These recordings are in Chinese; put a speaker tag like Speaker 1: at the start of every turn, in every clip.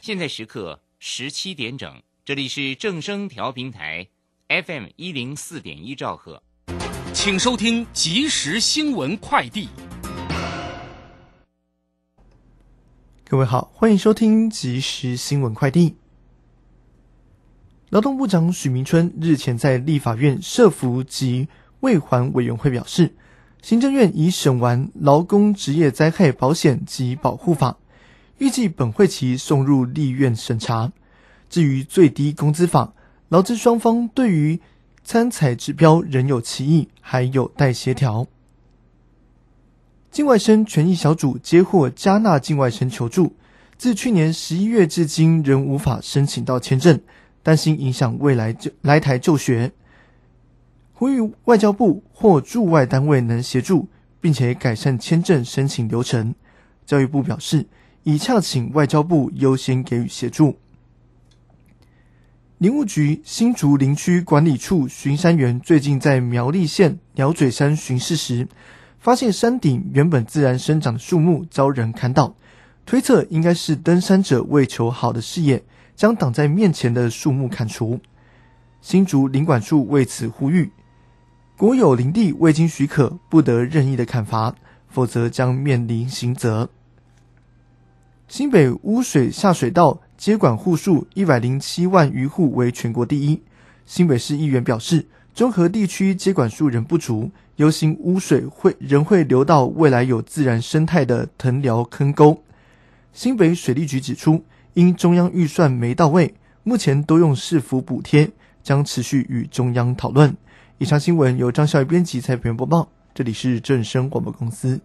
Speaker 1: 现在时刻十七点整，这里是正声调频台 FM 一零四点一兆赫。
Speaker 2: 请收听即时新闻快递。
Speaker 3: 各位好，欢迎收听即时新闻快递。劳动部长许明春日前在立法院社服及未还委员会表示，行政院已审完《劳工职业灾害保险及保护法》，预计本会期送入立院审查。至于最低工资法，劳资双方对于参采指标仍有歧义，还有待协调。境外生权益小组接获加纳境外生求助，自去年十一月至今仍无法申请到签证，担心影响未来就来台就学，呼吁外交部或驻外单位能协助，并且改善签证申请流程。教育部表示，已洽请外交部优先给予协助。林务局新竹林区管理处巡山员最近在苗栗县鸟嘴山巡视时，发现山顶原本自然生长的树木遭人砍倒，推测应该是登山者为求好的视野，将挡在面前的树木砍除。新竹林管处为此呼吁，国有林地未经许可不得任意的砍伐，否则将面临刑责。新北污水下水道接管户数一百零七万余户为全国第一。新北市议员表示，中和地区接管数人不足，忧心污水会仍会流到未来有自然生态的藤寮坑沟。新北水利局指出，因中央预算没到位，目前都用市府补贴，将持续与中央讨论。以上新闻由张孝仪编辑、蔡平播报，这里是正声广播公司。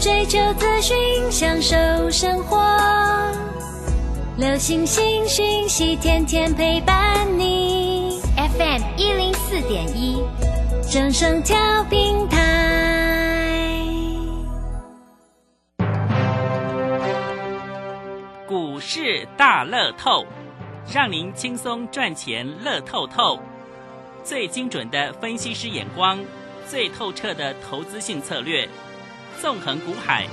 Speaker 4: 追求资讯，享受生活。流星星讯息，天天陪伴你。FM 一零四点一，正声调频台。
Speaker 5: 股市大乐透，让您轻松赚钱乐透透。最精准的分析师眼光，最透彻的投资性策略，纵横股海，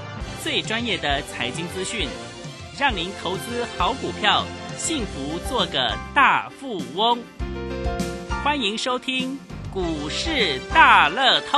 Speaker 5: 最专业的财经资讯，让您投资好股票，幸福做个大富翁。欢迎收听《股市大乐透》。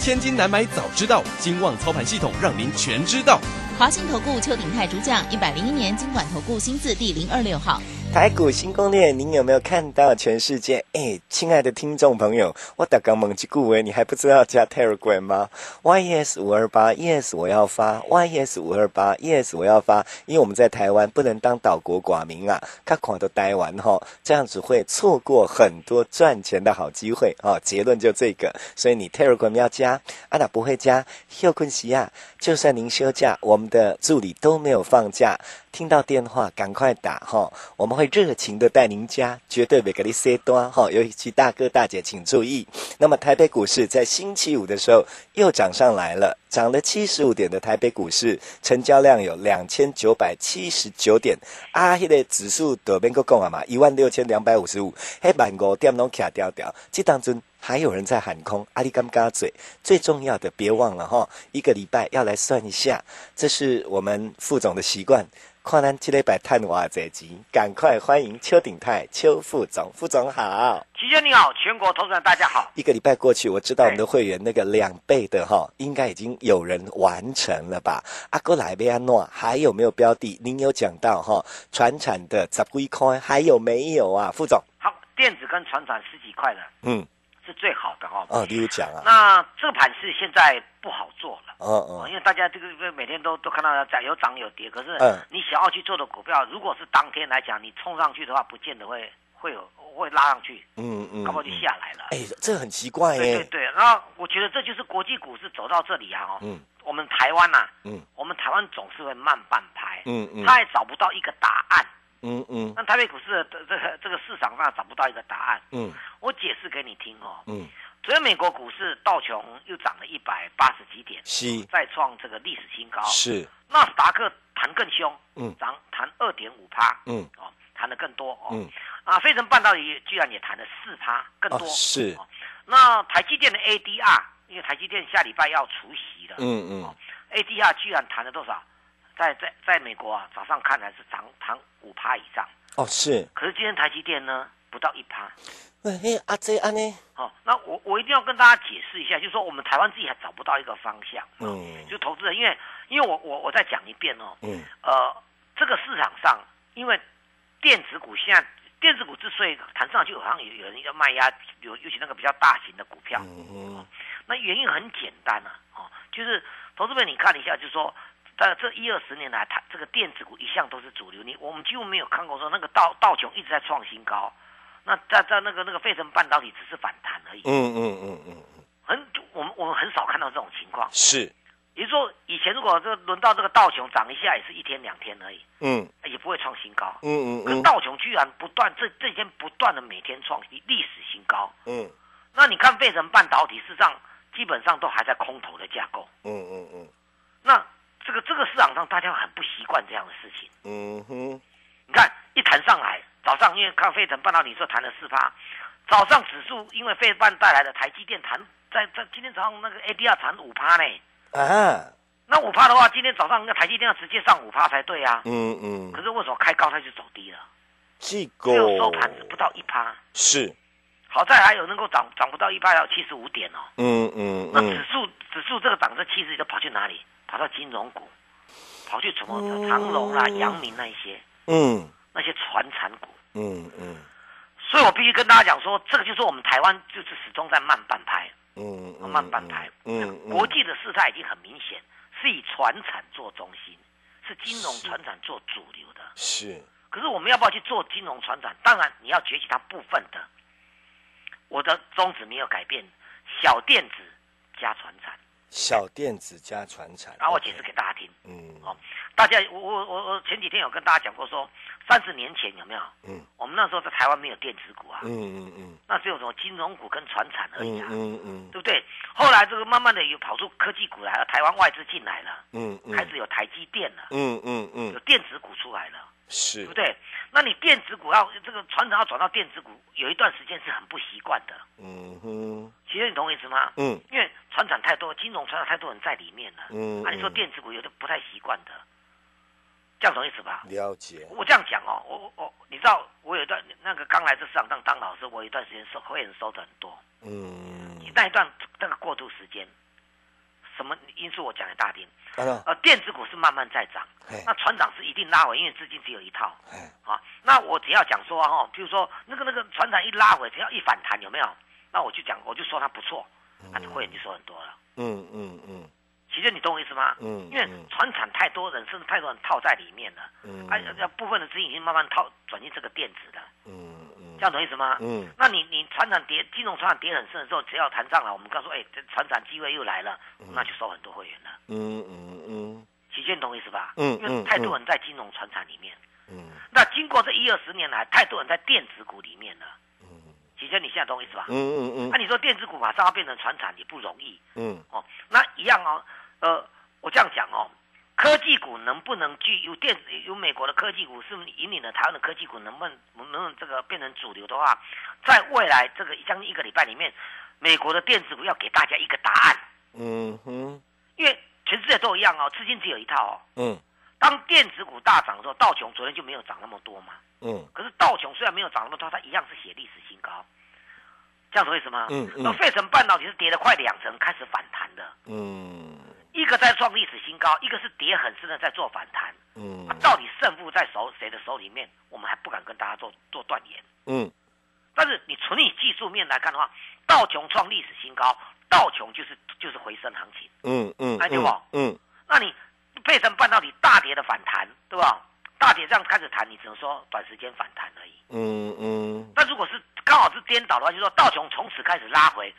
Speaker 6: 千金难买早知道，金旺操盘系统让您全知道。
Speaker 7: 华信投顾邱鼎泰主讲，一百零一年经管投顾新字第零二六号。
Speaker 8: 台股新攻略，您有没有看到全世界？哎，亲爱的听众朋友，我打刚猛击顾维，你还不知道加 Telegram 吗？YES E 五二八，YES 我要发，YES 五二八，YES 我要发，因为我们在台湾不能当岛国寡民啊，看垮都待完哈、哦，这样子会错过很多赚钱的好机会啊、哦。结论就这个，所以你 Telegram 要加，阿、啊、达不会加，休困西亚，就算您休假，我们的助理都没有放假。听到电话赶快打哈，我们会热情的带您加，绝对别给你 say 端哈。尤其大哥大姐请注意。那么台北股市在星期五的时候又涨上来了，涨了七十五点的台北股市，成交量有两千九百七十九点。啊，迄、那个指数得边个讲啊嘛，一万六千两百五十五，迄万五点拢卡掉掉，这当中。还有人在喊空，啊阿里甘嘎嘴。最重要的，别忘了哈，一个礼拜要来算一下，这是我们副总的习惯。跨南积累百探瓦这集，赶快欢迎邱鼎泰邱副总，副总好。
Speaker 9: 齐兄你好，全国投资人大家好。
Speaker 8: 一个礼拜过去，我知道我们的会员那个两倍的哈，应该已经有人完成了吧？阿哥来贝安诺还有没有标的？您有讲到哈，船产的十几块还有没有啊？副总，
Speaker 9: 好，电子跟船产十几块了。
Speaker 8: 嗯。
Speaker 10: 是最好的哈、
Speaker 8: 哦，你有讲啊，
Speaker 10: 那这个盘是现在不好做了。
Speaker 8: 哦哦
Speaker 10: 因为大家这个每天都都看到它涨有涨有跌，可是
Speaker 8: 嗯
Speaker 10: 你想要去做的股票，如果是当天来讲，你冲上去的话，不见得会会有会拉上去，
Speaker 8: 嗯嗯，
Speaker 10: 搞不好就
Speaker 8: 嗯
Speaker 10: 下来了。
Speaker 8: 哎，这很奇怪
Speaker 10: 对对
Speaker 8: 耶，
Speaker 10: 对，然后我觉得这就是国际股市走到这里啊，哦，
Speaker 8: 嗯
Speaker 10: 我们台湾呐、
Speaker 8: 嗯
Speaker 10: 我们台湾总是会慢半拍，
Speaker 8: 嗯嗯
Speaker 10: 他也找不到一个答案。
Speaker 8: 嗯嗯
Speaker 10: 那台北股市的这这个这个市场上找不到一个答案，
Speaker 8: 嗯
Speaker 10: 我解释给你听哦。
Speaker 8: 嗯，
Speaker 10: 昨天美国股市道琼又涨了一百八十几点，
Speaker 8: 是
Speaker 10: 再创这个历史新高。
Speaker 8: 是，
Speaker 10: 纳斯达克弹更凶，
Speaker 8: 嗯
Speaker 10: 涨弹二点五趴，
Speaker 8: 嗯
Speaker 10: 哦，弹的更多哦，
Speaker 8: 嗯
Speaker 10: 啊，飞城半导体居然也弹了四趴，更多、
Speaker 8: 哦是
Speaker 10: 哦那台积电的 ADR，因为台积电下礼拜要除息了，
Speaker 8: 嗯嗯
Speaker 10: 哦，ADR 居然弹了多少？在在在美国啊，早上看还是涨弹五趴以上，
Speaker 8: 哦是，
Speaker 10: 可是今天台积电呢不到一趴，
Speaker 8: 喂嘿阿这安呢，
Speaker 10: 哦，那我我一定要跟大家解释一下，就是说我们台湾自己还找不到一个方向，哦
Speaker 8: 嗯
Speaker 10: 就投资人，因为因为我我我再讲一遍哦，
Speaker 8: 嗯
Speaker 10: 呃，这个市场上，因为电子股现在电子股之所以谈上去，好像有有人要卖压，尤尤其那个比较大型的股票，
Speaker 8: 嗯
Speaker 10: 那原因很简单啊，哦，就是投资们你看一下，就是说。在这一二十年来，它这个电子股一向都是主流。你我们几乎没有看过说那个道道琼一直在创新高，那在在那个那个费城半导体只是反弹而已。
Speaker 8: 嗯嗯嗯嗯嗯，
Speaker 10: 很我们我们很少看到这种情况。
Speaker 8: 是，
Speaker 10: 也就是说，以前如果这个轮到这个道琼涨一下，也是一天两天而已，哎
Speaker 8: 嗯
Speaker 10: 也不会创新高。
Speaker 8: 嗯
Speaker 10: 可
Speaker 8: 嗯嗯
Speaker 10: 道琼居然不断这这几天不断的每天创历历史新高。
Speaker 8: 嗯
Speaker 10: 那你看费城半导体，事实上基本上都还在空头的架构。
Speaker 8: 嗯嗯嗯
Speaker 10: 那这个这个市场上大家很不习惯这样的事情。
Speaker 8: 嗯哼，
Speaker 10: 你看一弹上来，早上因为看费城半导体说弹了四趴，早上指数因为费半带来的台积电弹在在今天早上那个 ADR 弹五趴呢。
Speaker 8: 啊，
Speaker 10: 那五趴的话，今天早上那个台积电要直接上五趴才对啊。
Speaker 8: 嗯嗯
Speaker 10: 可，是为什么开高它就走低了？
Speaker 8: 这
Speaker 10: 只有收盘
Speaker 8: 个
Speaker 10: 只不到一趴，
Speaker 8: 是，
Speaker 10: 好在还有能够涨涨不到一趴，要七十五点哦。
Speaker 8: 嗯嗯
Speaker 10: 那指
Speaker 8: 嗯，
Speaker 10: 数指数这个涨这七十，就跑去哪里？跑到金融股，跑去什么长荣啦、阳明那一些
Speaker 8: 嗯
Speaker 10: 那些传产股。
Speaker 8: 嗯嗯
Speaker 10: 所以我必须跟大家讲说，这个就是我们台湾就是始终在慢半拍，
Speaker 8: 嗯嗯，
Speaker 10: 慢半拍。
Speaker 8: 嗯，
Speaker 10: 国际的事态已经很明显，是以船产做中心，是金融船产做主流的。
Speaker 8: 是，
Speaker 10: 可是我们要不要去做金融船长？当然，你要崛起它部分的。我的宗旨没有改变，小电子加船产。
Speaker 8: 小电子加传产，
Speaker 10: 然后我解释给大家听。
Speaker 8: 嗯
Speaker 10: 哦，大家，我我我我前几天有跟大家讲过说，三十年前有没有？
Speaker 8: 嗯，
Speaker 10: 我们那时候在台湾没有电子股啊，
Speaker 8: 嗯嗯嗯
Speaker 10: 那只有什么金融股跟船产而已
Speaker 8: 嗯
Speaker 10: 啊，
Speaker 8: 嗯嗯
Speaker 10: 对不对？后来这个慢慢的有跑出科技股来了，台湾外资进来了，
Speaker 8: 嗯嗯，
Speaker 10: 开始有台积电了，
Speaker 8: 嗯嗯嗯
Speaker 10: 有电子股出来了。
Speaker 8: 是
Speaker 10: 对不，对？那你电子股要这个传统要转到电子股，有一段时间是很不习惯的。
Speaker 8: 嗯哼，
Speaker 10: 其实你懂我意思吗？
Speaker 8: 嗯
Speaker 10: 因为船产太多，金融船产太多人在里面了。
Speaker 8: 嗯
Speaker 10: 啊，你说
Speaker 8: 嗯
Speaker 10: 电子股有的不太习惯的，这样懂意思吧？
Speaker 8: 了解，
Speaker 10: 我这样讲哦，我我我，你知道我有一段那个刚来这市场上当老师，我有一段时间收会员收的很多，
Speaker 8: 嗯，
Speaker 10: 那一段那个过渡时间，什么因素我讲给大家听。
Speaker 8: 啊，
Speaker 10: 呃，电子股是慢慢在涨
Speaker 8: 嘿，
Speaker 10: 那船长是一定拉回，因为资金只有一套。
Speaker 8: 哎，
Speaker 10: 啊，那我只要讲说哈、哦，譬如说那个那个船长一拉回，只要一反弹，有没有？那我就讲，我就说它不错，那会员就说很多了。
Speaker 8: 嗯嗯嗯
Speaker 10: 其实你懂我意思吗？
Speaker 8: 嗯，
Speaker 10: 因为船产太多人，甚至太多人套在里面了，
Speaker 8: 嗯
Speaker 10: 哎、啊，部分的资金已经慢慢套转进这个电子了，
Speaker 8: 嗯嗯
Speaker 10: 这样懂意思吗？
Speaker 8: 嗯
Speaker 10: 那你你船长跌，金融船长跌很深的时候，只要弹上来，我们告诉哎，这船长机会又来了，那就收很多会员了。
Speaker 8: 嗯嗯
Speaker 10: 其实你懂我意思吧？
Speaker 8: 嗯
Speaker 10: 因为
Speaker 8: 嗯
Speaker 10: 太多人在金融船产里面。
Speaker 8: 嗯
Speaker 10: 那经过这一二十年来，太多人在电子股里面了。其实你现在懂我意思吧？
Speaker 8: 嗯嗯嗯
Speaker 10: 那、你说电子股马上要变成船产也不容易
Speaker 8: 嗯
Speaker 10: 哦。那一样哦，呃，我这样讲哦，科技股能不能具有电有美国的科技股是不是引领了台湾的科技股能不能能不能这个变成主流的话，在未来这个将近一个礼拜里面，美国的电子股要给大家一个答案，
Speaker 8: 嗯哼，
Speaker 10: 因为全世界都一样哦，资金只有一套哦。
Speaker 8: 嗯
Speaker 10: 当电子股大涨的时候，道琼昨天就没有涨那么多嘛。
Speaker 8: 嗯
Speaker 10: 可是道琼虽然没有涨那么多，它一样是写历史新高，这样懂我意思吗？
Speaker 8: 嗯嗯
Speaker 10: 而费城半导体是跌了快两成，开始反弹的，
Speaker 8: 嗯
Speaker 10: 一个在创历史新高，一个是跌很深的在做反弹。
Speaker 8: 嗯
Speaker 10: 那、啊到底胜负在手谁的手里面？我们还不敢跟大家做做断言。
Speaker 8: 嗯
Speaker 10: 但是你纯以技术面来看的话，道琼创历史新高，道琼就是就是回升行情。
Speaker 8: 嗯嗯，
Speaker 10: 哎对不
Speaker 8: 嗯
Speaker 10: 那你配成半导体大跌的反弹，对吧？大跌这样开始弹，你只能说短时间反弹而已。
Speaker 8: 嗯嗯
Speaker 10: 那如果是刚好是颠倒的话，就说道琼从此开始拉回，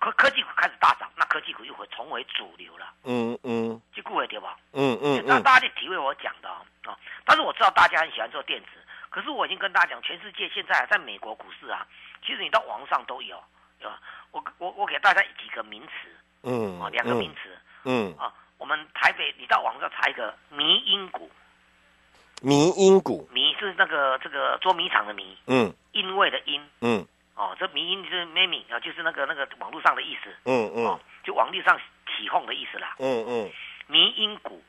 Speaker 10: 科科技股开始大涨，那科技股又会重回主流了，
Speaker 8: 嗯嗯
Speaker 10: 就顾为对吧？
Speaker 8: 嗯嗯
Speaker 10: 那
Speaker 8: 嗯，
Speaker 10: 大家就体会我讲的啊、啊但是我知道大家很喜欢做电子，可是我已经跟大家讲，全世界现在啊在美国股市啊，其实你到网上都有，对吧？我我我给大家几个名词
Speaker 8: 嗯
Speaker 10: 啊，两个名词
Speaker 8: 嗯，
Speaker 10: 啊，我们台北你到网上查一个迷因股，
Speaker 8: 迷因股，
Speaker 10: 迷是那个这个捉迷藏的迷，
Speaker 8: 嗯
Speaker 10: 因为的因。
Speaker 8: 嗯
Speaker 10: 哦，这迷因就是 meme 啊，就是那个那个网络上的意思，
Speaker 8: 嗯嗯
Speaker 10: 哦，就网络上起哄的意思啦。
Speaker 8: 嗯嗯
Speaker 10: 迷因股，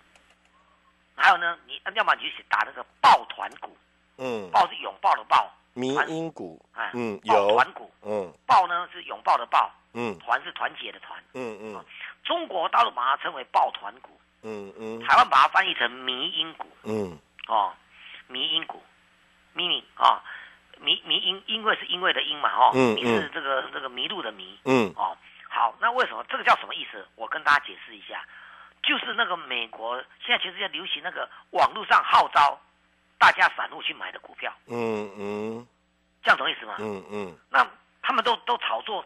Speaker 10: 还有呢，你要么你就打那个抱团股，
Speaker 8: 嗯，
Speaker 10: 抱是拥抱的抱，
Speaker 8: 迷因股，
Speaker 10: 啊，
Speaker 8: 嗯
Speaker 10: 抱
Speaker 8: 有，
Speaker 10: 团股，
Speaker 8: 嗯
Speaker 10: 抱呢是拥抱的抱，
Speaker 8: 嗯
Speaker 10: 团是团结的团。
Speaker 8: 嗯嗯
Speaker 10: 中国大陆把它称为抱团股，
Speaker 8: 嗯嗯
Speaker 10: 台湾把它翻译成迷因股，
Speaker 8: 嗯
Speaker 10: 哦，迷因股，迷你啊，迷迷因，因为是因为的因嘛，哦，
Speaker 8: 嗯
Speaker 10: 迷
Speaker 8: 嗯
Speaker 10: 是这个这个迷路的迷，
Speaker 8: 嗯
Speaker 10: 哦，好，那为什么这个叫什么意思？我跟大家解释一下，就是那个美国现在全世界流行那个网络上号召大家散户去买的股票，
Speaker 8: 嗯
Speaker 10: 这样懂意思吗？
Speaker 8: 嗯嗯
Speaker 10: 那他们都都炒作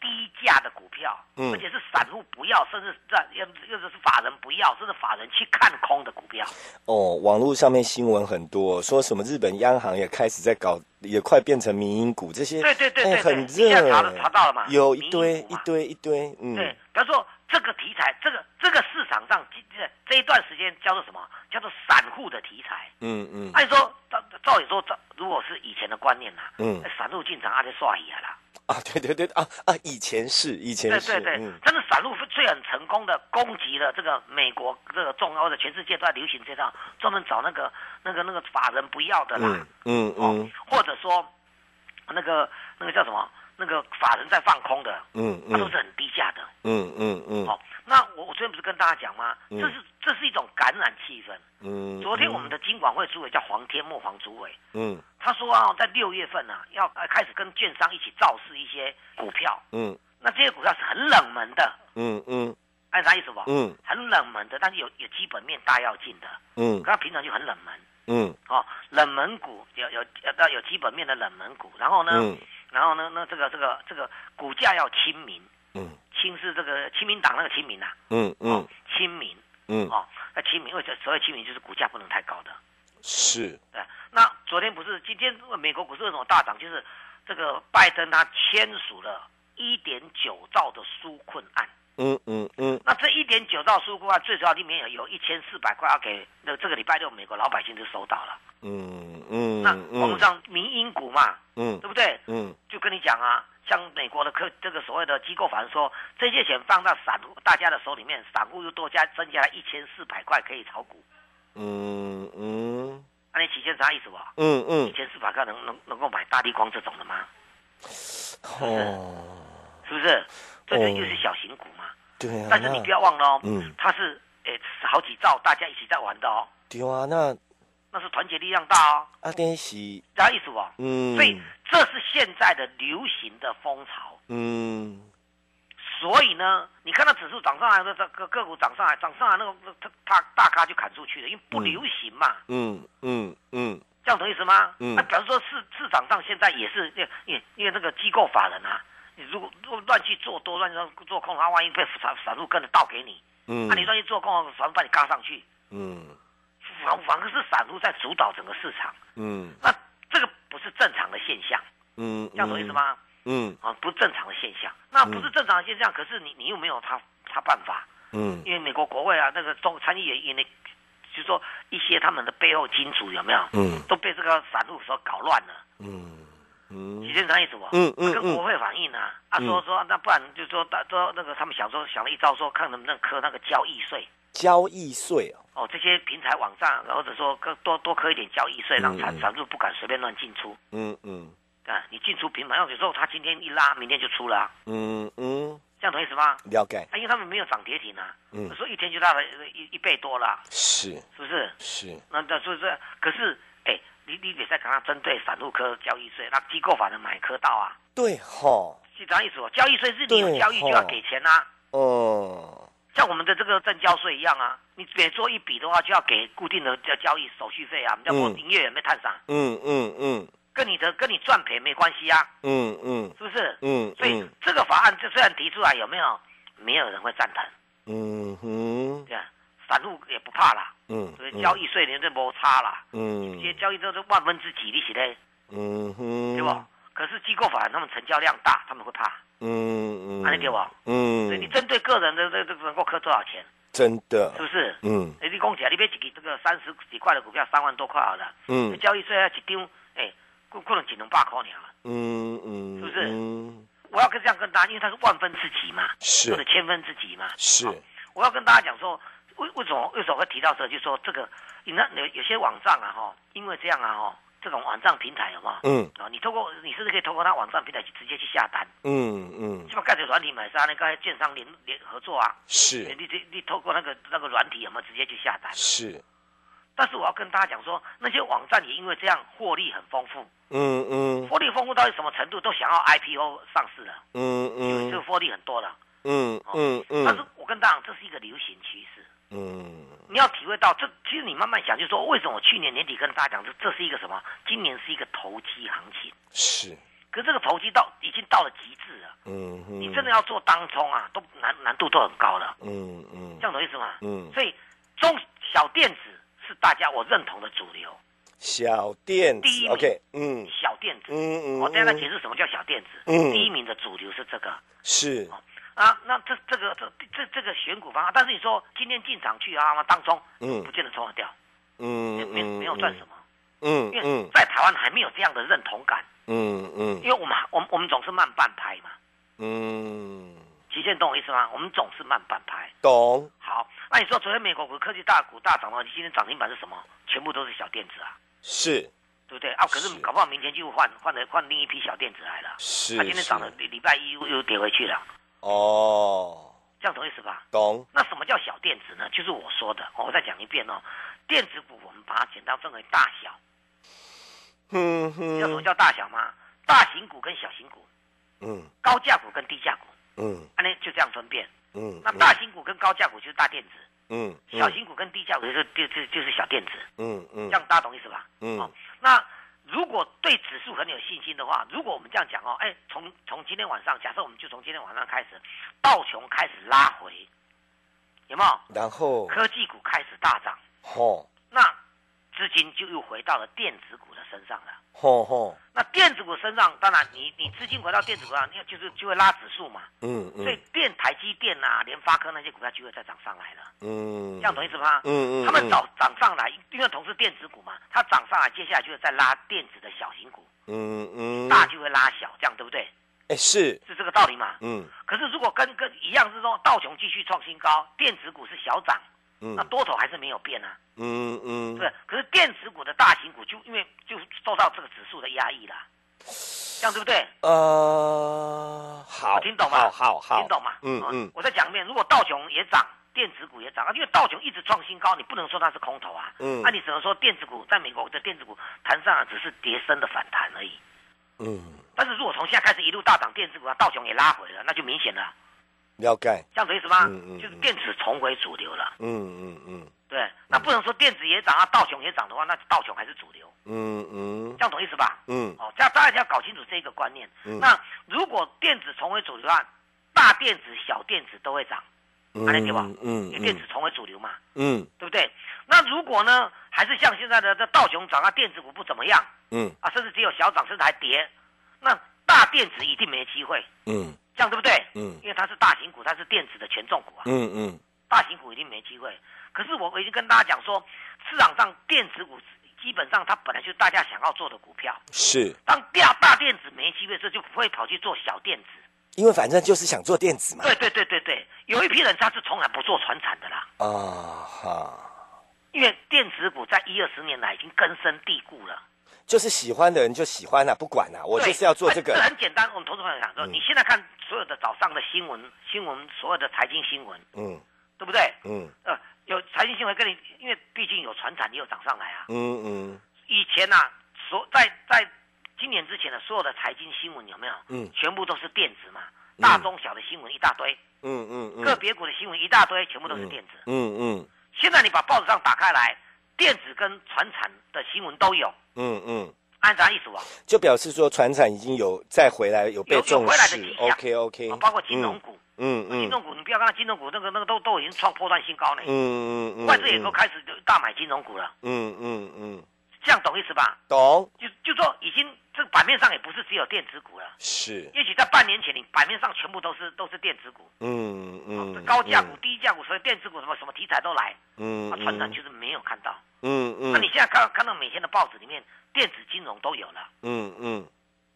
Speaker 10: 低价的股票，
Speaker 8: 嗯
Speaker 10: 而且是散户不要，甚至在又又是法人不要，甚至法人去看空的股票。
Speaker 8: 哦，网络上面新闻很多，说什么日本央行也开始在搞，也快变成民营股，这些
Speaker 10: 对对对对对
Speaker 8: 哎很
Speaker 10: 你现在
Speaker 8: 热
Speaker 10: 查了查到了嘛
Speaker 8: 有
Speaker 10: 民
Speaker 8: 一
Speaker 10: 营
Speaker 8: 堆
Speaker 10: 股
Speaker 8: 一
Speaker 10: 嘛
Speaker 8: 堆一堆，嗯，
Speaker 10: 对，比方说这个题材，这个这个市场上今这这一段时间叫做什么？叫做散户的题材。
Speaker 8: 嗯嗯
Speaker 10: 按说照照理说，照如果是以前的观念啦、
Speaker 8: 嗯
Speaker 10: 散户进场阿就刷牙啦，
Speaker 8: 啊，对对对啊啊，以前是以前
Speaker 10: 对
Speaker 8: 是，
Speaker 10: 对对，
Speaker 8: 嗯
Speaker 10: 真的散户最很成功的攻击了这个美国这个重要或者全世界都在流行这套，专门找那个那个那个法人不要的啦
Speaker 8: 嗯，嗯
Speaker 10: 哦
Speaker 8: 嗯，
Speaker 10: 或者说那个那个叫什么，那个法人在放空的，
Speaker 8: 嗯
Speaker 10: 他都
Speaker 8: 嗯
Speaker 10: 是很低价的，
Speaker 8: 嗯嗯嗯
Speaker 10: 哦，那我我昨天不是跟大家讲吗？
Speaker 8: 嗯
Speaker 10: 这是这是一种感染气氛。
Speaker 8: 嗯，
Speaker 10: 昨天我们的金管会主委叫黄天木黄主委，
Speaker 8: 嗯
Speaker 10: 他说啊，在六月份啊，要呃开始跟券商一起造市一些股票，
Speaker 8: 嗯
Speaker 10: 那这些股票是很冷门的，
Speaker 8: 嗯嗯
Speaker 10: 按啥意思不？
Speaker 8: 嗯
Speaker 10: 很冷门的，但是有有基本面大要进的，
Speaker 8: 嗯
Speaker 10: 可它平常就很冷门
Speaker 8: 嗯
Speaker 10: 哦。冷门股有有要有基本面的冷门股，然后呢，
Speaker 8: 嗯
Speaker 10: 然后呢，那这个这个这个股价要亲民，
Speaker 8: 嗯
Speaker 10: 亲是这个亲民党那个亲民呐、
Speaker 8: 嗯嗯
Speaker 10: 哦，亲民
Speaker 8: 嗯，
Speaker 10: 哦，那亲民，因为这所谓亲民就是股价不能太高的，
Speaker 8: 是，
Speaker 10: 对，那昨天不是今天美国股市为什么大涨？就是这个拜登他签署了一点九兆的纾困案。
Speaker 8: 嗯嗯嗯
Speaker 10: 那这一点九兆纾困案最主要里面有有一千四百块要给那这个礼拜六美国老百姓就收到了。
Speaker 8: 嗯嗯，
Speaker 10: 那我们讲民营股嘛，
Speaker 8: 嗯
Speaker 10: 对不对？
Speaker 8: 嗯
Speaker 10: 就跟你讲啊，像美国的科这个所谓的机构法人说，这些钱放到散户大家的手里面，散户又多加增加了一千四百块可以炒股。
Speaker 8: 嗯嗯
Speaker 10: 那你期限啥意思吧？
Speaker 8: 嗯
Speaker 10: 一
Speaker 8: 嗯
Speaker 10: 千四百块能能能够买大地光这种的吗？
Speaker 8: 哦，
Speaker 10: 是不是？这就
Speaker 8: 哦
Speaker 10: 又是小型股嘛。
Speaker 8: 对啊，
Speaker 10: 但是你不要忘了哦，
Speaker 8: 嗯
Speaker 10: 它是诶好几兆大家一起在玩的哦，
Speaker 8: 对啊，那
Speaker 10: 那是团结力量大哦，
Speaker 8: 阿典是
Speaker 10: 这样意思哦。
Speaker 8: 嗯，
Speaker 10: 所以这是现在的流行的风潮。
Speaker 8: 嗯
Speaker 10: 所以呢，你看到指数涨上来，那这个个股涨上来，涨上来那个它它大咖就砍出去了，因为不
Speaker 8: 嗯
Speaker 10: 流行嘛，
Speaker 8: 嗯嗯嗯
Speaker 10: 这样懂意思吗？
Speaker 8: 嗯
Speaker 10: 那比方说市市场上现在也是，因为因为因为那个机构法人啊，你如果如果乱去做多，乱去做空，他万一被散散户跟着倒给你，
Speaker 8: 嗯，
Speaker 10: 那、你乱去做空，散户把你嘎上去，
Speaker 8: 嗯
Speaker 10: 反反而是散户在主导整个市场，
Speaker 8: 嗯
Speaker 10: 那这个不是正常的现象，
Speaker 8: 嗯，
Speaker 10: 这样懂意思？吗？
Speaker 8: 嗯
Speaker 10: 啊，不是正常的现象，那不是正常的现象，可是你你又没有他他办法，
Speaker 8: 嗯
Speaker 10: 因为美国国会啊，那个众参议员因为就是说一些他们的背后金主有没有，
Speaker 8: 嗯
Speaker 10: 都被这个散户所搞乱了，
Speaker 8: 嗯
Speaker 10: 你
Speaker 8: 嗯
Speaker 10: 正常意思不？
Speaker 8: 嗯嗯
Speaker 10: 跟
Speaker 8: 嗯
Speaker 10: 国会反映啊，啊说说那不然就说大说那个他们想说想了一招说看能不能科那个交易税。
Speaker 8: 交易税啊，
Speaker 10: 哦，这些平台网站，或者说更多多科一点交易税，让
Speaker 8: 嗯
Speaker 10: 散
Speaker 8: 嗯
Speaker 10: 散户不敢随便乱进出。
Speaker 8: 嗯嗯
Speaker 10: 啊，你进出平盘，要有时候它今天一拉，明天就出了啊、
Speaker 8: 嗯嗯，
Speaker 10: 这样懂意思吗？
Speaker 8: 了解
Speaker 10: 啊，，因为他们没有涨跌停啊，
Speaker 8: 嗯
Speaker 10: 所以一天就拉了一一倍多了啊，
Speaker 8: 是
Speaker 10: 是不是？
Speaker 8: 是，
Speaker 10: 那那是不是？可是，哎，你你得在刚刚针对散户科交易税，那机构法人买科道啊，
Speaker 8: 对吼，
Speaker 10: 是这样意思哦。交易税是你有
Speaker 8: 对
Speaker 10: 交易就要
Speaker 8: 吼
Speaker 10: 给钱呐、
Speaker 8: 哦，
Speaker 10: 像我们的这个证交税一样啊，你每做一笔的话就要给固定的交交易手续费啊，叫我
Speaker 8: 嗯
Speaker 10: 营业员没探上，
Speaker 8: 嗯嗯嗯
Speaker 10: 跟你的跟你赚赔没关系啊，
Speaker 8: 嗯嗯
Speaker 10: 是不是？
Speaker 8: 嗯
Speaker 10: 所以
Speaker 8: 嗯
Speaker 10: 这个法案这虽然提出来，有没有没有人会赞成？
Speaker 8: 嗯哼，
Speaker 10: 对啊，散户也不怕啦，
Speaker 8: 嗯
Speaker 10: 所以
Speaker 8: 嗯
Speaker 10: 交易税连这摩擦啦，
Speaker 8: 嗯
Speaker 10: 这些交易都是万分之几利息嘞，
Speaker 8: 嗯哼，
Speaker 10: 对不？可是机构法人他们成交量大，他们会怕，
Speaker 8: 嗯嗯，
Speaker 10: 安利给我，所以你
Speaker 8: 嗯，
Speaker 10: 针对个人的这这能够扣多少钱，
Speaker 8: 真的
Speaker 10: 是，不是？
Speaker 8: 嗯
Speaker 10: 哎，你讲起来，你买一支这个三十几块的股票，三万多块好了，
Speaker 8: 嗯
Speaker 10: 交易税要一张，哎，可可能只能八块尔。
Speaker 8: 嗯嗯，
Speaker 10: 是不是
Speaker 8: 嗯，
Speaker 10: 我要跟这样跟大家，因为它是万分之几嘛，或者
Speaker 8: 是
Speaker 10: 千分之几嘛。
Speaker 8: 是，
Speaker 10: 我要跟大家讲说，为为什么为什么会提到这个，就是说这个，你那有有些网站啊哈，因为这样啊哈，这种网站平台有没有？
Speaker 8: 嗯
Speaker 10: 哦，你透过你甚至可以透过它网站平台去直接去下单，
Speaker 8: 嗯嗯
Speaker 10: 基本盖着软体买啥呢？刚才建商联联合作啊，你
Speaker 8: 是
Speaker 10: 你你透过那个那个软体有没有直接去下单？
Speaker 8: 是，
Speaker 10: 但是我要跟大家讲说，那些网站也因为这样获利很丰富，
Speaker 8: 嗯嗯
Speaker 10: 获利丰富到什么程度都想要 IPO 上市了，
Speaker 8: 嗯
Speaker 10: 这哦个
Speaker 8: 嗯
Speaker 10: 获利很多了。
Speaker 8: 嗯嗯
Speaker 10: 但是
Speaker 8: 嗯
Speaker 10: 我跟大家讲，这是一个流行趋势，
Speaker 8: 嗯
Speaker 10: 你要体会到这。其实你慢慢想，就是说为什么我去年年底跟大家讲，这这是一个什么？今年是一个投机行情，
Speaker 8: 是，
Speaker 10: 可是这个投机到已经到了极致了，
Speaker 8: 嗯哼，
Speaker 10: 你真的要做当冲啊，都难难度都很高了，
Speaker 8: 嗯嗯
Speaker 10: 这样懂意思吗？
Speaker 8: 嗯，
Speaker 10: 所以中小电子是大家我认同的主流，
Speaker 8: 小店
Speaker 10: 第一名
Speaker 8: ，OK，嗯
Speaker 10: 小电子。
Speaker 8: 嗯嗯，
Speaker 10: 我现在解释什么叫小电子。
Speaker 8: 嗯
Speaker 10: 第一名的主流是这个
Speaker 8: 是，
Speaker 10: 啊。那这这个这这这个选股方案，但是你说今天进场去啊，当中
Speaker 8: 嗯
Speaker 10: 不见得冲得掉，没
Speaker 8: 嗯
Speaker 10: 没没有赚什么，
Speaker 8: 嗯
Speaker 10: 因为
Speaker 8: 嗯
Speaker 10: 在台湾还没有这样的认同感，
Speaker 8: 嗯嗯
Speaker 10: 因为我们我们我们总是慢半拍嘛，
Speaker 8: 嗯，
Speaker 10: 极限懂我意思吗？我们总是慢半拍。
Speaker 8: 懂，
Speaker 10: 好，那你说昨天美国股科技大股大涨了，今天涨停板是什么？全部都是小电子啊，
Speaker 8: 是
Speaker 10: 对不对啊？可是
Speaker 8: 是
Speaker 10: 搞不好明天就换换了换另一批小电子来了，
Speaker 8: 是，
Speaker 10: 它、今天涨了礼礼拜一又又跌回去了，
Speaker 8: 哦，
Speaker 10: 这样懂意思吧？
Speaker 8: 懂，
Speaker 10: 那什么叫小电子呢？就是我说的，哦我再讲一遍哦。电子股我们把它简单分为大小，你知道
Speaker 8: 嗯
Speaker 10: 什么
Speaker 8: 哼，
Speaker 10: 叫大小吗？大型股跟小型股，
Speaker 8: 嗯
Speaker 10: 高价股跟低价股，
Speaker 8: 嗯
Speaker 10: 啊，那就这样分辨。
Speaker 8: 嗯，
Speaker 10: 那大型股跟高价股就是大电子，
Speaker 8: 嗯
Speaker 10: 小型股跟低价股就是就就就是小电子，
Speaker 8: 嗯嗯
Speaker 10: 这样大家懂意思吧？
Speaker 8: 嗯
Speaker 10: 哦，那如果对指数很有信心的话，如果我们这样讲哦，哎，从从今天晚上，假设我们就从今天晚上开始，道琼开始拉回，有没有？
Speaker 8: 然后
Speaker 10: 科技股开始大涨。
Speaker 8: 吼
Speaker 10: 那资金就又回到了电子股的身上了。
Speaker 8: 吼吼，
Speaker 10: 那电子股身上，当然你你资金回到电子股上，你就是就会拉指数嘛。
Speaker 8: 嗯
Speaker 10: 所以
Speaker 8: 嗯
Speaker 10: 电台积电啊、联发科那些股票就会再涨上来了，
Speaker 8: 嗯，
Speaker 10: 这样懂意思吗？
Speaker 8: 嗯嗯，
Speaker 10: 他们早涨上来，因为同是电子股嘛，它涨上来，接下来就会再拉电子的小型股，
Speaker 8: 嗯嗯
Speaker 10: 大就会拉小，这样对不对？
Speaker 8: 哎是，
Speaker 10: 是这个道理嘛？
Speaker 8: 嗯
Speaker 10: 可是如果跟跟一样是说道琼继续创新高，电子股是小涨，
Speaker 8: 嗯
Speaker 10: 那多头还是没有变啊。
Speaker 8: 嗯嗯，
Speaker 10: 对，可是电子股的大型股就因为就受到这个指数的压抑啦，这样对不对？
Speaker 8: 呃，好，
Speaker 10: 我听懂吗？
Speaker 8: 好好好，
Speaker 10: 听懂吗？
Speaker 8: 嗯
Speaker 10: 哦
Speaker 8: 嗯
Speaker 10: 我再讲一遍，如果道琼也涨，电子股也涨，啊因为道琼一直创新高，你不能说它是空头啊，
Speaker 8: 嗯
Speaker 10: 那、你只能说电子股在美国的电子股盘上啊只是跌升的反弹而已。
Speaker 8: 嗯，
Speaker 10: 但是如果从现在开始一路大涨，电子股啊，道琼也拉回了，那就明显了，
Speaker 8: 了解，
Speaker 10: 这样子意思吗？
Speaker 8: 嗯嗯嗯
Speaker 10: 就是电子重回主流了。
Speaker 8: 嗯嗯嗯
Speaker 10: 对，那不能说电子也涨啊，道琼也涨的话，那道琼还是主流，
Speaker 8: 嗯嗯
Speaker 10: 这样懂意思吧？
Speaker 8: 嗯
Speaker 10: 哦，这样大家要搞清楚这个观念。
Speaker 8: 嗯
Speaker 10: 那如果电子重回主流啊，大电子、小电子都会涨，
Speaker 8: 嗯，
Speaker 10: 啊
Speaker 8: 嗯
Speaker 10: 因为电子重回主流嘛，
Speaker 8: 嗯
Speaker 10: 对不对？那如果呢，还是像现在的这道琼涨啊，电子股不怎么样
Speaker 8: 嗯
Speaker 10: 啊，甚至只有小涨，甚至还跌，那大电子一定没机会，
Speaker 8: 嗯
Speaker 10: 这样对不对？
Speaker 8: 嗯
Speaker 10: 因为它是大型股，它是电子的权重股啊，
Speaker 8: 嗯嗯
Speaker 10: 大型股一定没机会。可是我我已经跟大家讲说，市场上电子股基本上它本来就是大家想要做的股票。
Speaker 8: 是。
Speaker 10: 当掉大电子没机会，这就不会跑去做小电子。
Speaker 8: 因为反正就是想做电子嘛。
Speaker 10: 对对对对对，有一批人他是从来不做船产的啦，
Speaker 8: 啊哈，
Speaker 10: 因为电子股在一二十年来已经根深蒂固了。
Speaker 8: 就是喜欢的人就喜欢啦、啊不管啦、我
Speaker 10: 对
Speaker 8: 就是要做这
Speaker 10: 哎这
Speaker 8: 个。
Speaker 10: 很简单。我们投资朋友讲说，
Speaker 8: 嗯
Speaker 10: 你现在看所有的早上的新闻，新闻所有的财经新闻，
Speaker 8: 嗯
Speaker 10: 对不对？
Speaker 8: 嗯
Speaker 10: 呃，有财经新闻跟你，因为毕竟有船产也有涨上来啊。
Speaker 8: 嗯嗯
Speaker 10: 以前呐、啊，所在在。今年之前的所有的财经新闻有没有？
Speaker 8: 嗯
Speaker 10: 全部都是电子嘛，
Speaker 8: 嗯
Speaker 10: 大中小的新闻一大堆，
Speaker 8: 嗯嗯嗯，
Speaker 10: 个别股的新闻一大堆，全部都是电子。
Speaker 8: 嗯嗯
Speaker 10: 现在你把报纸上打开来，电子跟传产的新闻都有，
Speaker 8: 嗯嗯，
Speaker 10: 按啥意思啊？
Speaker 8: 就表示说船产已经有再回来，有被
Speaker 10: 有有
Speaker 8: 重
Speaker 10: 回来的
Speaker 8: 视
Speaker 10: 迹。象
Speaker 8: OK OK，
Speaker 10: 啊包括金融股，
Speaker 8: 嗯嗯
Speaker 10: 金融股你不要看到金融股那个那个都都已经创破断新高呢，
Speaker 8: 嗯嗯，
Speaker 10: 外资也都开始大买金融股了，
Speaker 8: 嗯嗯嗯，
Speaker 10: 这样懂意思吧？
Speaker 8: 懂
Speaker 10: 就就说已经这版面上也不是只有电子股了，
Speaker 8: 是，
Speaker 10: 也许在半年前你版面上全部都是都是电子股，
Speaker 8: 嗯
Speaker 10: 这
Speaker 8: 嗯，
Speaker 10: 哦高价股、低价股，所以电子股什么什么题材都来，啊
Speaker 8: 嗯，
Speaker 10: 那船长就是没有看到。
Speaker 8: 嗯嗯，
Speaker 10: 那你现在看看到每天的报纸里面，电子金融都有了，
Speaker 8: 嗯嗯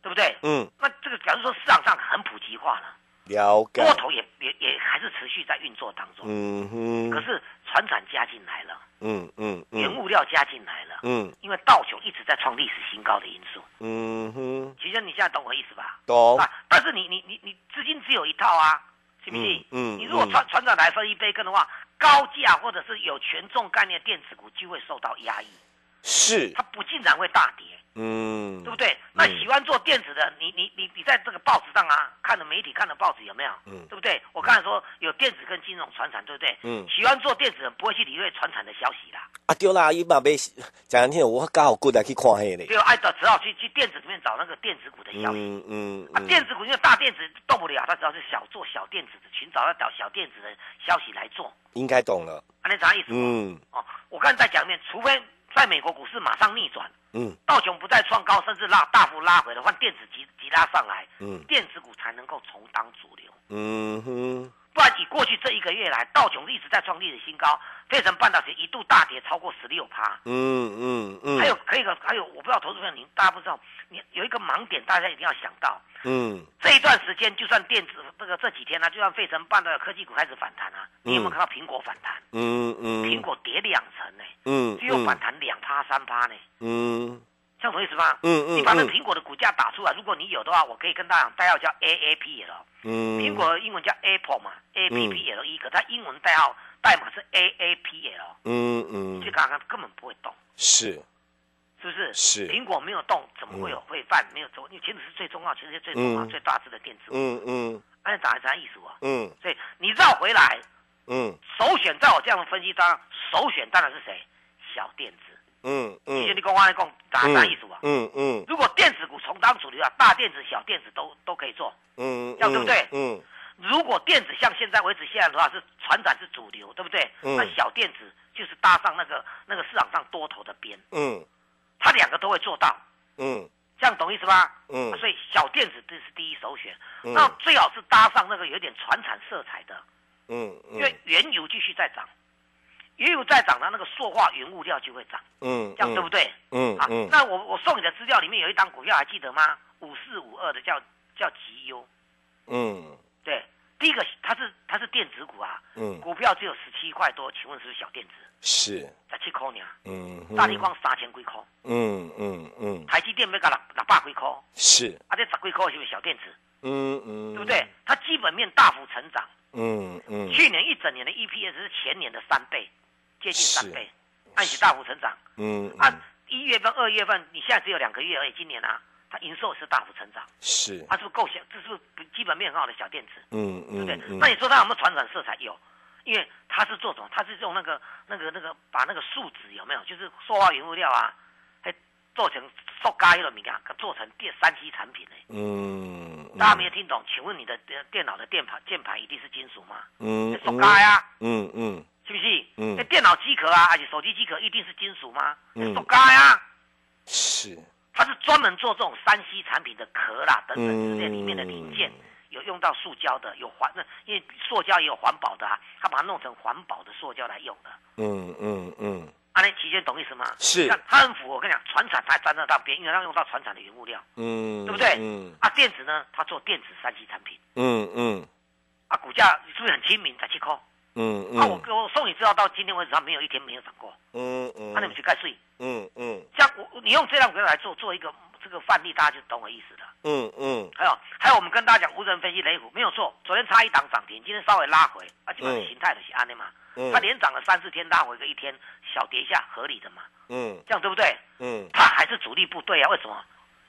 Speaker 10: 对不对？
Speaker 8: 嗯，
Speaker 10: 那这个假如说市场上很普及化了，
Speaker 8: 了解，
Speaker 10: 多头也也也还是持续在运作当中，
Speaker 8: 嗯哼，
Speaker 10: 可是船产加进来了，
Speaker 8: 嗯嗯
Speaker 10: 原
Speaker 8: 嗯
Speaker 10: 物料加进来了，
Speaker 8: 嗯
Speaker 10: 因为道琼一直在创历史新高的因素。
Speaker 8: 嗯哼，
Speaker 10: 其实你现在懂我意思吧？
Speaker 8: 懂，
Speaker 10: 啊，但是你你你你资金只有一套啊，信不信？
Speaker 8: 嗯嗯
Speaker 10: 你如果船船长来分一杯羹的话，高价或者是有权重概念的电子股就会受到压抑，
Speaker 8: 是，
Speaker 10: 它不竟然会大跌，
Speaker 8: 嗯，
Speaker 10: 对不对？那喜欢做电子的，你你你你在这个报纸上啊，看的媒体看的报纸有没有？
Speaker 8: 嗯
Speaker 10: 对不对？我刚才说有电子跟金融传产，对不对？
Speaker 8: 嗯
Speaker 10: 喜欢做电子的不会去理会传产的消息啦，
Speaker 8: 啊对啦，伊嘛被讲难听，我刚好过来去看迄个。
Speaker 10: 只哦有按照只好去去电子里面找那个电子股的消息。
Speaker 8: 嗯嗯
Speaker 10: 啊，电子股因为大电子动不了，它只好是小做小电子的，寻找要找小电子的消息来做，
Speaker 8: 应该懂了。
Speaker 10: 啊，那啥意思？
Speaker 8: 嗯
Speaker 10: 哦，我刚才在讲里面，除非在美国股市马上逆转，
Speaker 8: 嗯
Speaker 10: 道琼不再创高，甚至拉大幅拉回了，换电子急急拉上来，
Speaker 8: 嗯
Speaker 10: 电子股才能够重当主流。
Speaker 8: 嗯哼，
Speaker 10: 不然以过去这一个月来，道琼一直在创历史新高，费城半导体一度大跌超过十六趴。
Speaker 8: 嗯嗯嗯，
Speaker 10: 还有，还有一个，还有，我不知道投资朋友您大家不知道，你有一个盲点，大家一定要想到，
Speaker 8: 嗯
Speaker 10: 这一段时间就算电子这个这几天呢、啊就算费城半导体科技股开始反弹啊，你有没有看到苹果反弹？
Speaker 8: 嗯嗯，
Speaker 10: 苹果跌两成呢、
Speaker 8: 嗯
Speaker 10: 只有反弹两趴三趴呢，
Speaker 8: 嗯
Speaker 10: 这样懂意思吗？
Speaker 8: 嗯嗯
Speaker 10: 你把那苹果的股价打出来，如果你有的话，我可以跟大家讲，代号叫 AAPL。
Speaker 8: 嗯，
Speaker 10: 苹果的英文叫 Apple 嘛，APPL 一个，它英文代号代码是 AAPL，
Speaker 8: 嗯嗯
Speaker 10: 这刚刚根本不会动，
Speaker 8: 是
Speaker 10: 是不是？
Speaker 8: 是
Speaker 10: 苹果没有动，怎么会有会犯？没有走，因为前指是最重要，全世界最重要、
Speaker 8: 嗯
Speaker 10: 最大只的电子股，
Speaker 8: 嗯嗯
Speaker 10: 按啥啥意思啊？
Speaker 8: 嗯
Speaker 10: 所以你绕回来，
Speaker 8: 嗯
Speaker 10: 首选在我这样的分析当中，首选当然是谁？小电子。
Speaker 8: 嗯
Speaker 10: 其实
Speaker 8: 嗯，
Speaker 10: 你跟我来讲，啥啥意思啊？
Speaker 8: 嗯嗯
Speaker 10: 如果电子股重当主流啊，大电子、小电子都都可以做。
Speaker 8: 嗯，嗯
Speaker 10: 如果电子像现在为止现在的话是船长是主流，对不对？
Speaker 8: 嗯
Speaker 10: 那小电子就是搭上那个那个市场上多头的边，
Speaker 8: 嗯
Speaker 10: 它两个都会做到，
Speaker 8: 嗯
Speaker 10: 这样懂意思吧？
Speaker 8: 嗯
Speaker 10: 那所以小电子这是第一首选，
Speaker 8: 嗯
Speaker 10: 那最好啊是搭上那个有点船产色彩的，
Speaker 8: 嗯
Speaker 10: 因为原油继续在涨，原油在涨，它那个塑化原物料就会涨，
Speaker 8: 嗯，
Speaker 10: 这样对不对？
Speaker 8: 嗯
Speaker 10: 啊
Speaker 8: 嗯，
Speaker 10: 那我我送你的资料里面有一档股票还记得吗？五四五二的叫叫吉优，
Speaker 8: 嗯
Speaker 10: 对，第一个它是它是电子股啊，
Speaker 8: 嗯
Speaker 10: 股票只有十七块多，请问是不是小电子？
Speaker 8: 是
Speaker 10: 才七块呢，
Speaker 8: 嗯，
Speaker 10: 啊大力光三千几块，
Speaker 8: 嗯嗯嗯
Speaker 10: 台积电要到六六百几块，啊
Speaker 8: 是
Speaker 10: 这十几块是不是小电子？
Speaker 8: 嗯嗯，
Speaker 10: 对不对？？它基本面大幅成长，
Speaker 8: 嗯嗯
Speaker 10: 去年一整年的 EPS 是前年的三倍，接近
Speaker 8: 是
Speaker 10: 三倍，按起大幅成长。
Speaker 8: 嗯
Speaker 10: 按一月份、二月份，你现在只有两个月而已，今年啊，它营收是大幅成长，
Speaker 8: 是
Speaker 10: 它是不是够小？这是不是基本面很好的小电子？
Speaker 8: 嗯
Speaker 10: 对
Speaker 8: 嗯
Speaker 10: 不对？
Speaker 8: 嗯
Speaker 10: 那你说它有没有传染色彩？有，因为它是做什么？它是用那个、那个、那个，把那个树脂有没有，就是塑化原物料啊，还做成塑胶的物件，做成电三 C 产品呢。
Speaker 8: 嗯，
Speaker 10: 大家没有听懂？请问你的呃电脑的电盘键盘一定是金属吗？
Speaker 8: 嗯
Speaker 10: 塑胶呀，
Speaker 8: 嗯嗯
Speaker 10: 是不是？
Speaker 8: 嗯
Speaker 10: 那电脑机壳啊，而且手机机壳一定是金属吗？
Speaker 8: 嗯
Speaker 10: 塑胶呀。
Speaker 8: 是
Speaker 10: 它是专门做这种三 C 产品的壳啦等等之类
Speaker 8: 嗯
Speaker 10: 里面的零件，有用到塑胶的，有环，那因为塑胶也有环保的啊，它把它弄成环保的塑胶来用的。
Speaker 8: 嗯嗯嗯
Speaker 10: 啊，那期间懂意思吗？
Speaker 8: 是
Speaker 10: 像它很符合我跟你讲，船产它还沾得到边，因为它用到船产的原物料，
Speaker 8: 嗯，
Speaker 10: 对不对？
Speaker 8: 嗯
Speaker 10: 啊，电子呢，它做电子三 C 产品，
Speaker 8: 嗯嗯
Speaker 10: 啊，股价是不是很亲民？才七块。
Speaker 8: 嗯嗯，
Speaker 10: 啊，我我送你知道到今天为止，它没有一天没有涨过。
Speaker 8: 嗯嗯，
Speaker 10: 啊，你们去盖税，
Speaker 8: 嗯嗯
Speaker 10: 像我你用这张股票来做做一个这个范例，大家就懂我意思了。
Speaker 8: 嗯嗯
Speaker 10: 还有还有，我们跟大家讲无人分析雷虎没有错，昨天差一档涨停，今天稍微拉回，啊，基本上
Speaker 8: 嗯
Speaker 10: 形态的是安的嘛，
Speaker 8: 嗯
Speaker 10: 它连涨了三四天，拉回个一天，小跌一下合理的嘛，
Speaker 8: 嗯
Speaker 10: 这样对不对？
Speaker 8: 嗯
Speaker 10: 它还是主力部队啊，为什么？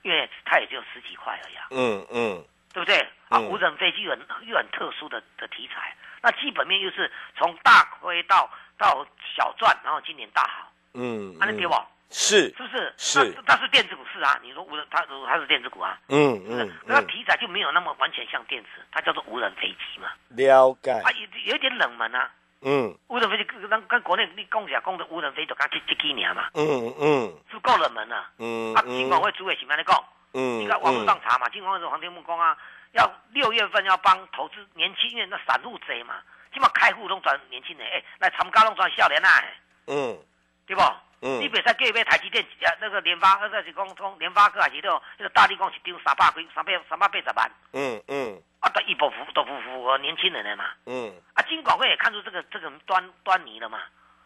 Speaker 10: 因为它也只有十几块而已、啊，
Speaker 8: 嗯嗯
Speaker 10: 对不对？啊，
Speaker 8: 嗯
Speaker 10: 无人飞机又很又很特殊的的题材，那基本面又是从大亏到到小赚，然后今年大好，啊
Speaker 8: 嗯，
Speaker 10: 安利给我，
Speaker 8: 是，
Speaker 10: 是不是？
Speaker 8: 是
Speaker 10: 那它是电子股市啊，你说无人，它它是电子股啊，
Speaker 8: 嗯
Speaker 10: 是不是
Speaker 8: 嗯
Speaker 10: 那它
Speaker 8: 嗯，
Speaker 10: 题材就没有那么完全像电子，它叫做无人飞机嘛，
Speaker 8: 了解
Speaker 10: 啊，，有有一点冷门啊。
Speaker 8: 嗯
Speaker 10: 无人飞机跟跟国内你讲起来讲的无人飞机，刚这这几年嘛，
Speaker 8: 嗯嗯
Speaker 10: 是够冷门啊。
Speaker 8: 嗯
Speaker 10: 啊，金管会主委是安尼讲，
Speaker 8: 嗯
Speaker 10: 你看网络上查嘛，金管会主委黄天木讲啊，要六月份要帮投资年轻人那散户贼嘛，起码开户拢转年轻人，哎、来参加拢转少年啊，
Speaker 8: 嗯
Speaker 10: 对不？
Speaker 8: 嗯
Speaker 10: 你别再叫伊买台积电，呃，那个联发，那个是讲讲联发科还是那个那个大力光是丢三百几、三百、三百八十万，
Speaker 8: 嗯嗯
Speaker 10: 啊，都一不符都不符合年轻人的嘛。
Speaker 8: 嗯
Speaker 10: 啊，金管会也看出这个这个端端倪了嘛，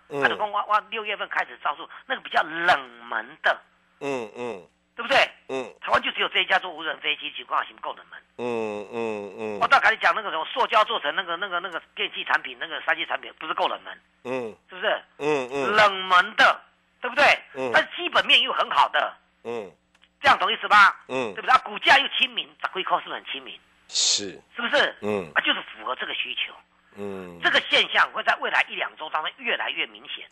Speaker 10: 他就
Speaker 8: 嗯
Speaker 10: 跟我我六月份开始招数那个比较冷门的，
Speaker 8: 嗯嗯
Speaker 10: 对不对？
Speaker 8: 嗯
Speaker 10: 台湾就只有这一家做无人飞机，情况行够冷门。
Speaker 8: 嗯嗯
Speaker 10: 我倒跟你讲那个什么塑胶做成那个那个那个电器产品，那个三 G 产品不是够冷门，
Speaker 8: 嗯
Speaker 10: 是不是？
Speaker 8: 嗯嗯
Speaker 10: 冷门的，对不对？
Speaker 8: 嗯
Speaker 10: 但是基本面又很好的，
Speaker 8: 嗯
Speaker 10: 这样懂意思吧？对
Speaker 8: 嗯
Speaker 10: 不对？啊股价又亲民，杂亏扣是不是很亲民？
Speaker 8: 是，
Speaker 10: 是不是？
Speaker 8: 嗯
Speaker 10: 啊，就是符合这个需求。
Speaker 8: 嗯
Speaker 10: 这个现象会在未来一两周当中越来越明显，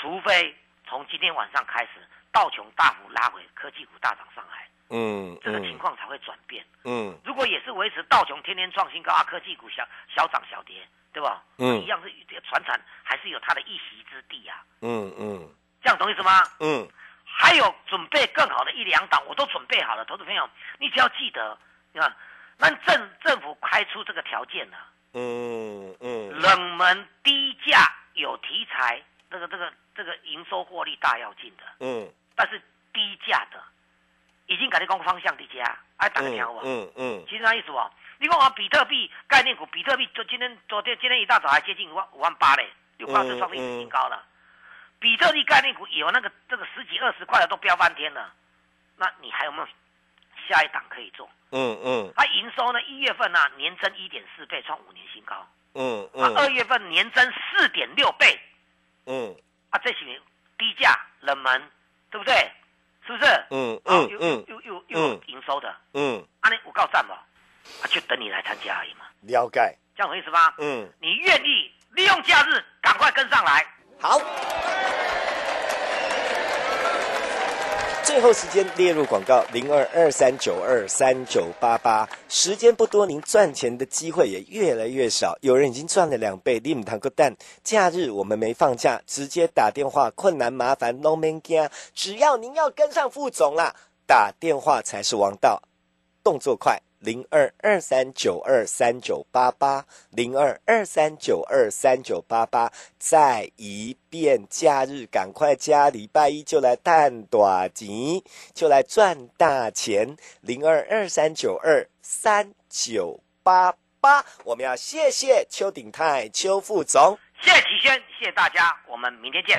Speaker 10: 除非从今天晚上开始，道琼大幅拉回，科技股大涨上来，
Speaker 8: 嗯
Speaker 10: 这个情况才会转变。
Speaker 8: 嗯
Speaker 10: 如果也是维持道琼天天创新高啊，科技股小小涨小跌，对吧？
Speaker 8: 嗯
Speaker 10: 一样是船产还是有它的一席之地啊，
Speaker 8: 嗯嗯
Speaker 10: 这样懂意思吗？
Speaker 8: 嗯
Speaker 10: 还有准备更好的一两档，我都准备好了，投资朋友，你只要记得，你看，那政政府开出这个条件呢、
Speaker 8: 嗯嗯
Speaker 10: 冷门低价有题材，这个这个这个营收获利大要进的，
Speaker 8: 嗯。
Speaker 10: 但是低价的已经改你讲方向低价，哎，打个听好不好？
Speaker 8: 嗯嗯
Speaker 10: 其实那意思哦，你看我比特币概念股，比特币就今天昨天今天一大早还接近五万五万八嘞，有八
Speaker 8: 嗯
Speaker 10: 次创历史
Speaker 8: 嗯
Speaker 10: 新高了。比特币概念股有那个这个十几二十块的都飙翻天了，那你还有没有下一档可以做？
Speaker 8: 嗯嗯
Speaker 10: 它营收呢，一月份呢、啊年增一点四倍，创五年新高。
Speaker 8: 嗯
Speaker 10: 啊
Speaker 8: 嗯，
Speaker 10: 二月份年增四点六倍
Speaker 8: 嗯
Speaker 10: 啊，这些低价冷门，对不对？是不是？
Speaker 8: 嗯
Speaker 10: 啊
Speaker 8: 嗯
Speaker 10: 又
Speaker 8: 嗯
Speaker 10: 又又又有营收的，
Speaker 8: 嗯，
Speaker 10: 啊，你我告赞吧，啊，就等你来参加而已嘛，
Speaker 8: 了解。
Speaker 10: 这样有意思吧？
Speaker 8: 嗯，
Speaker 10: 你愿意利用假日赶快跟上来，
Speaker 8: 好。最后时间列入广告零二二三九二三九八八，时间不多，您赚钱的机会也越来越少。有人已经赚了两倍，你们谈个蛋。假日我们没放假，直接打电话，困难麻烦 no man 只要您要跟上副总啦，打电话才是王道。动作快，零二二三九二三九八八，零二二三九二三九八八，再一遍，假日赶快加，礼拜一就来探短集，就来赚大钱，零二二三九二三九八八，我们要谢谢邱鼎泰邱副总。
Speaker 10: 谢谢齐轩，谢谢大家，我们明天见。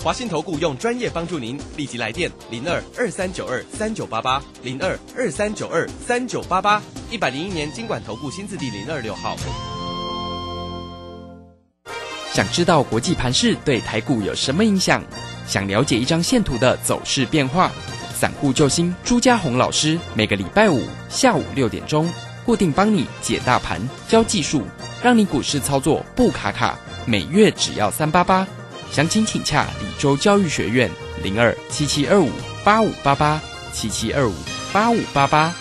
Speaker 6: 华信投顾用专业帮助您，立即来电零二二三九二三九八八零二二三九二三九八八，一百零一年经管投顾新字第零二六号。
Speaker 11: 想知道国际盘势对台股有什么影响？想了解一张线图的走势变化？散户救星朱家红老师每个礼拜五下午六点钟固定帮你解大盘、教技术，让你股市操作不卡卡，每月只要三八八。详情请洽李州教育学院零二七七二五八五八八七七二五八五八八。